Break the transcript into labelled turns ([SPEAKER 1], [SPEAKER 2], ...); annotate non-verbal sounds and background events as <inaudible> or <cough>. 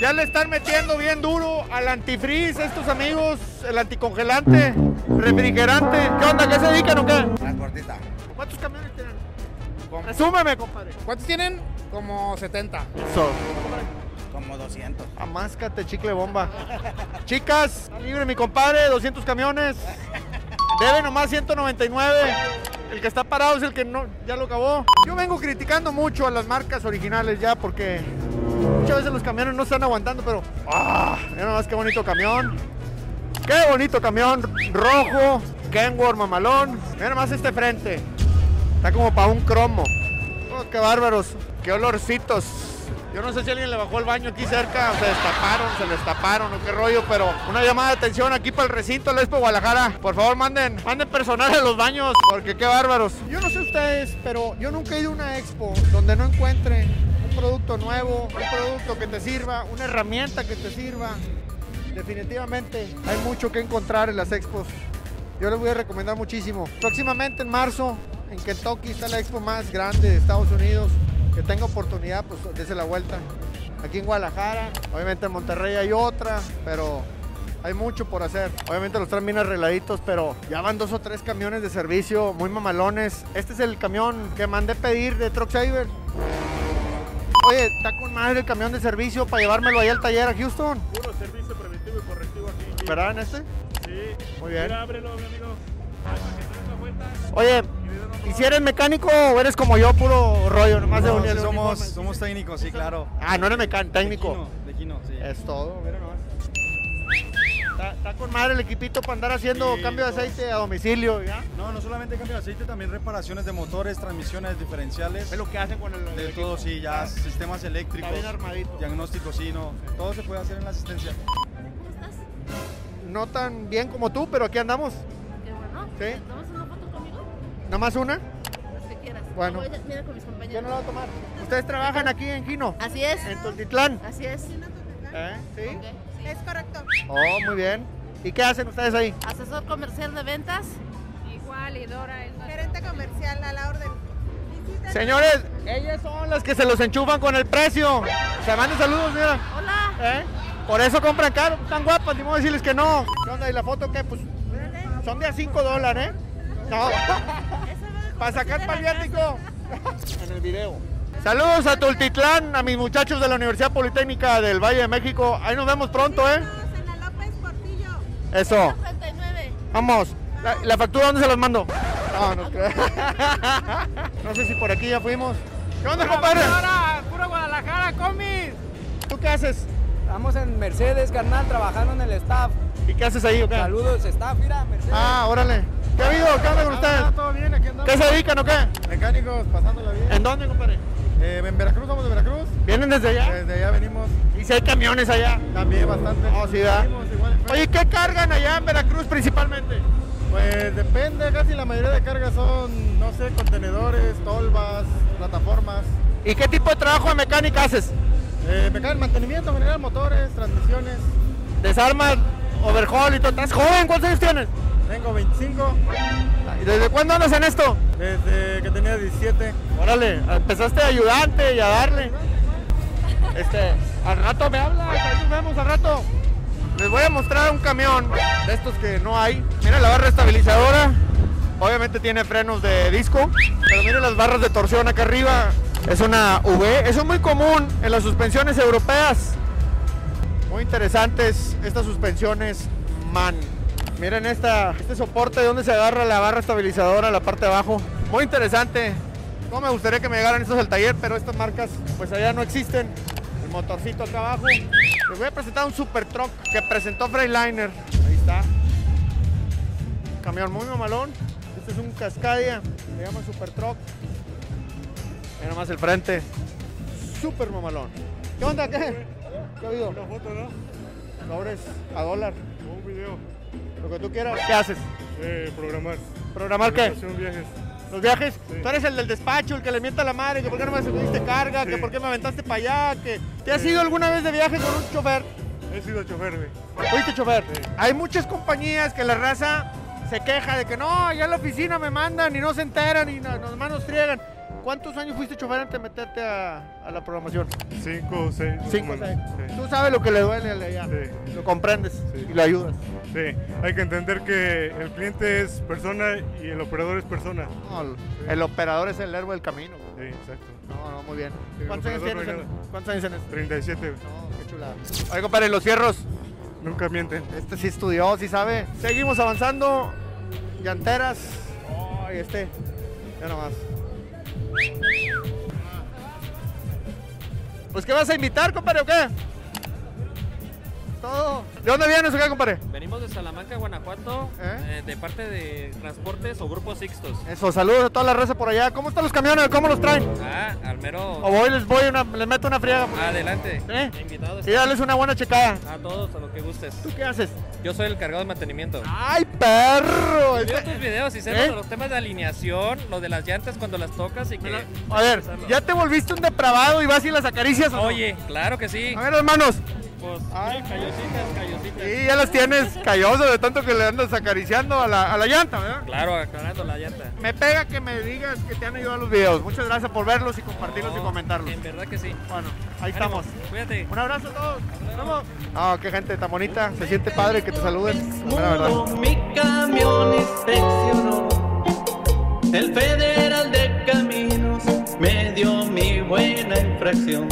[SPEAKER 1] Ya le están metiendo bien duro al antifreeze estos amigos, el anticongelante, refrigerante. ¿Qué onda? ¿Qué se dedican o qué?
[SPEAKER 2] Transportista.
[SPEAKER 1] ¿Cuántos camiones tienen?
[SPEAKER 2] Como-
[SPEAKER 1] Resúmeme, compadre.
[SPEAKER 2] ¿Cuántos tienen? Como 70.
[SPEAKER 1] Eso.
[SPEAKER 2] Como 200.
[SPEAKER 1] Amáscate, chicle bomba. Chicas, está libre mi compadre, 200 camiones. Debe nomás 199. El que está parado es el que no, ya lo acabó. Yo vengo criticando mucho a las marcas originales ya porque muchas veces los camiones no están aguantando, pero. ¡Ah! Mira nomás qué bonito camión. Qué bonito camión rojo. Kenworth mamalón. Mira nomás este frente. Está como para un cromo. Oh, qué bárbaros. Qué olorcitos. Yo no sé si alguien le bajó el baño aquí cerca, o se destaparon, se les taparon o qué rollo, pero una llamada de atención aquí para el recinto del Expo Guadalajara. Por favor, manden, manden personal a los baños, porque qué bárbaros.
[SPEAKER 3] Yo no sé ustedes, pero yo nunca he ido a una expo donde no encuentren un producto nuevo, un producto que te sirva, una herramienta que te sirva. Definitivamente hay mucho que encontrar en las expos. Yo les voy a recomendar muchísimo. Próximamente en marzo, en Kentucky, está la expo más grande de Estados Unidos. Que tenga oportunidad, pues dése la vuelta. Aquí en Guadalajara, obviamente en Monterrey hay otra, pero hay mucho por hacer. Obviamente los traen bien arregladitos, pero ya van dos o tres camiones de servicio muy mamalones. Este es el camión que mandé pedir de Truck Saver. Oye, está con madre el camión de servicio para llevármelo ahí al taller a Houston.
[SPEAKER 4] Puro servicio preventivo y correctivo aquí.
[SPEAKER 3] ¿Verdad en este?
[SPEAKER 4] Sí.
[SPEAKER 3] Muy bien.
[SPEAKER 4] Mira, ábrelo, mi amigo. Ah, que te des la vuelta.
[SPEAKER 1] Oye, ¿y si eres mecánico o eres como yo, puro rollo, nomás de
[SPEAKER 5] No,
[SPEAKER 1] unión?
[SPEAKER 5] somos, somos técnicos, sí, claro.
[SPEAKER 1] Ah, no eres mecánico, técnico.
[SPEAKER 5] De Quino, de Quino, sí.
[SPEAKER 1] Es todo, mira nomás. Está, está con madre el equipito para andar haciendo
[SPEAKER 5] Sí,
[SPEAKER 1] cambio de
[SPEAKER 5] todo.
[SPEAKER 1] aceite a domicilio, ¿ya?
[SPEAKER 5] No, no solamente cambio de aceite, también reparaciones de motores, transmisiones, diferenciales.
[SPEAKER 1] Es lo que hacen con el, el
[SPEAKER 5] De
[SPEAKER 1] equipo.
[SPEAKER 5] todo, sí, ya sistemas eléctricos.
[SPEAKER 1] Está bien armadito.
[SPEAKER 5] Diagnósticos, sí, no. Todo se puede hacer en la asistencia.
[SPEAKER 1] No tan bien como tú, pero aquí andamos.
[SPEAKER 6] Qué bueno.
[SPEAKER 1] Sí.
[SPEAKER 6] ¿Tomas una foto conmigo?
[SPEAKER 1] Nada más una.
[SPEAKER 6] Las que quieras.
[SPEAKER 1] Bueno.
[SPEAKER 6] Voy a mira con mis
[SPEAKER 1] Yo no
[SPEAKER 6] compañeros.
[SPEAKER 1] la voy a tomar. Ustedes trabajan aquí en Gino,
[SPEAKER 6] Así es.
[SPEAKER 1] en Tultitlán.
[SPEAKER 6] Así es.
[SPEAKER 1] ¿Eh? ¿Sí?
[SPEAKER 6] Ok, sí.
[SPEAKER 1] Oh, muy bien. ¿Y qué hacen ustedes ahí?
[SPEAKER 6] Asesor comercial de ventas. Igual, y Dora.
[SPEAKER 7] Gerente comercial a la orden.
[SPEAKER 1] Señores, ellas son las que se los enchufan con el precio. Se mandan saludos, mira.
[SPEAKER 6] Hola.
[SPEAKER 1] ¿Eh? Por eso compran caro, están guapas, ni modo decirles que no. ¿Qué onda? ¿Y la foto qué? Pues son de a 5 dólares, ¿eh? <laughs> No. Para sacar paliático. En el video. Saludos a Tultitlán, a mis muchachos de la Universidad Politécnica del Valle de México. Ahí nos vemos pronto, ¿eh?
[SPEAKER 7] En la López Portillo.
[SPEAKER 1] Eso.
[SPEAKER 6] 59.
[SPEAKER 1] Vamos. ¿La, la factura dónde se las mando? No, no creo. <laughs> No sé si por aquí ya fuimos. ¿Qué onda, compadre?
[SPEAKER 8] Ahora, puro Guadalajara, comis.
[SPEAKER 1] ¿Tú qué haces?
[SPEAKER 8] Estamos en Mercedes, carnal, trabajando en el staff.
[SPEAKER 1] ¿Y qué haces ahí o qué?
[SPEAKER 8] Saludos, staff, mira, Mercedes.
[SPEAKER 1] Ah, órale. ¿Qué ha habido? ¿Qué onda con ustedes?
[SPEAKER 5] Ah, Todo bien, aquí andamos.
[SPEAKER 1] ¿Qué se dedican o qué?
[SPEAKER 5] Mecánicos, pasándola bien.
[SPEAKER 1] ¿En dónde, compadre?
[SPEAKER 5] Eh, en Veracruz, vamos de Veracruz.
[SPEAKER 1] ¿Vienen desde allá?
[SPEAKER 5] Desde allá venimos
[SPEAKER 1] ¿Y si hay camiones allá?
[SPEAKER 5] también bastante.
[SPEAKER 1] Oh, sí, ¿verdad?
[SPEAKER 5] Venimos igual, pues,
[SPEAKER 1] Oye, ¿qué cargan allá en Veracruz principalmente?
[SPEAKER 5] pues depende, casi la mayoría de cargas son, no sé, contenedores, tolvas, plataformas.
[SPEAKER 1] ¿Y qué tipo de trabajo de mecánica haces?
[SPEAKER 5] Eh, me cae el mantenimiento general, motores, transmisiones.
[SPEAKER 1] ¿Desarmas, overhaul y todo? ¿Estás joven? ¿Cuántos años tienes?
[SPEAKER 5] Tengo 25
[SPEAKER 1] ¿Y desde cuándo andas en esto?
[SPEAKER 5] desde que tenía 17.
[SPEAKER 1] Órale, empezaste a ayudante y a darle. Este, al rato me habla, ahí nos vemos al rato. Les voy a mostrar un camión de estos que no hay. Miren la barra estabilizadora. Obviamente tiene frenos de disco, pero miren las barras de torsión acá arriba. Es una V, eso es muy común en las suspensiones europeas. Muy interesantes estas suspensiones MAN. Miren esta, este soporte de donde se agarra la barra estabilizadora, la parte de abajo. Muy interesante. No me gustaría que me llegaran estos al taller, pero estas marcas pues allá no existen. El motorcito acá abajo. Les voy a presentar un super truck que presentó Freightliner. Ahí está. Camión muy mamalón. Este es un Cascadia. Se llama super truck. Mira más el frente. Super mamalón. ¿Qué onda? ¿Qué? ¿Qué ha habido?
[SPEAKER 4] Una foto, ¿no?
[SPEAKER 1] Sobres a dólar,
[SPEAKER 4] O un video.
[SPEAKER 1] lo que tú quieras. ¿Qué haces?
[SPEAKER 4] Eh, programar.
[SPEAKER 1] ¿Programar qué?
[SPEAKER 4] Programación, viajes.
[SPEAKER 1] ¿Los viajes?
[SPEAKER 4] Sí.
[SPEAKER 1] Tú eres el del despacho, el que le mienta la madre, que por qué no me subiste carga, que
[SPEAKER 4] Sí.
[SPEAKER 1] por qué me aventaste para allá, que... ¿Te has ido alguna vez de viaje con un chofer?
[SPEAKER 4] He sido chofer, güey.
[SPEAKER 1] ¿Fuiste chofer?
[SPEAKER 4] Sí.
[SPEAKER 1] Hay muchas compañías que la raza se queja de que no, ya a la oficina me mandan y no se enteran y no- nos más nos triegan. ¿Cuántos años fuiste chofer antes de meterte a, a la programación?
[SPEAKER 5] Cinco o seis. más o
[SPEAKER 1] Cinco.
[SPEAKER 5] menos.
[SPEAKER 1] Tú sabes lo que le duele al de allá.
[SPEAKER 5] Sí.
[SPEAKER 1] Lo comprendes
[SPEAKER 5] Sí.
[SPEAKER 1] y lo ayudas.
[SPEAKER 5] Sí. sí. Hay que entender que el cliente es persona y el operador es persona.
[SPEAKER 1] No, el- el operador es el héroe del camino.
[SPEAKER 5] Sí, exacto.
[SPEAKER 1] No, no, muy bien.
[SPEAKER 5] Sí, el
[SPEAKER 1] ¿Cuántos años
[SPEAKER 5] operador
[SPEAKER 1] tienes?
[SPEAKER 5] no
[SPEAKER 1] en-
[SPEAKER 5] hay nada.
[SPEAKER 1] ¿Cuántos años tienes?
[SPEAKER 5] 37.
[SPEAKER 1] No, qué chulada. Oye, compadre, los cierros.
[SPEAKER 5] Nunca mienten.
[SPEAKER 1] Este sí estudió, sí sabe. Seguimos avanzando. Llanteras. Ay, este. Ya nomás. Pues, ¿qué vas a invitar, compadre, o qué? Todo. ¿De dónde vienes o qué, compadre?
[SPEAKER 9] Venimos de Salamanca, Guanajuato,
[SPEAKER 1] ¿Eh?
[SPEAKER 9] eh, de parte de Transportes o Grupo Sixtos.
[SPEAKER 1] Eso, saludos a toda la raza por allá. ¿Cómo están los camiones? ¿Cómo los traen?
[SPEAKER 9] Ah, al mero.
[SPEAKER 1] O voy, les voy, una, les meto una friega. por-
[SPEAKER 9] Adelante.
[SPEAKER 1] Oh, ¿Eh?
[SPEAKER 9] Invitados
[SPEAKER 1] Y darles una buena checada.
[SPEAKER 9] a todos, a lo que gustes.
[SPEAKER 1] ¿Tú qué haces?
[SPEAKER 9] Yo soy el cargado de mantenimiento.
[SPEAKER 1] ¡Ay, perro!
[SPEAKER 9] Veo
[SPEAKER 1] Este-
[SPEAKER 9] tus videos y sé
[SPEAKER 1] Ah. ¿Eh?
[SPEAKER 9] lo de los temas de alineación, lo de las llantas cuando las tocas y que.
[SPEAKER 1] A ver, ¿ya te volviste un depravado y vas y las acaricias o no?
[SPEAKER 9] Oye, claro que sí.
[SPEAKER 1] A ver, hermanos.
[SPEAKER 9] Pues, mira, callositas, callositas.
[SPEAKER 1] Sí, ya las tienes calloso de tanto que le andas acariciando a la, a la llanta, ¿verdad?
[SPEAKER 9] Claro, aclarando la llanta.
[SPEAKER 1] Me pega que me digas que te han ayudado los videos. Muchas gracias por verlos y compartirlos y
[SPEAKER 9] No,
[SPEAKER 1] comentarlos.
[SPEAKER 9] En verdad que sí.
[SPEAKER 1] Bueno, ahí
[SPEAKER 9] Ánimo,
[SPEAKER 1] estamos.
[SPEAKER 9] Cuídate.
[SPEAKER 1] Un abrazo a todos. Nos vemos. Ah, qué gente tan bonita. Se siente padre que te saluden. La mera verdad.
[SPEAKER 10] Mi camión inspeccionó. El federal de caminos me dio mi buena infracción.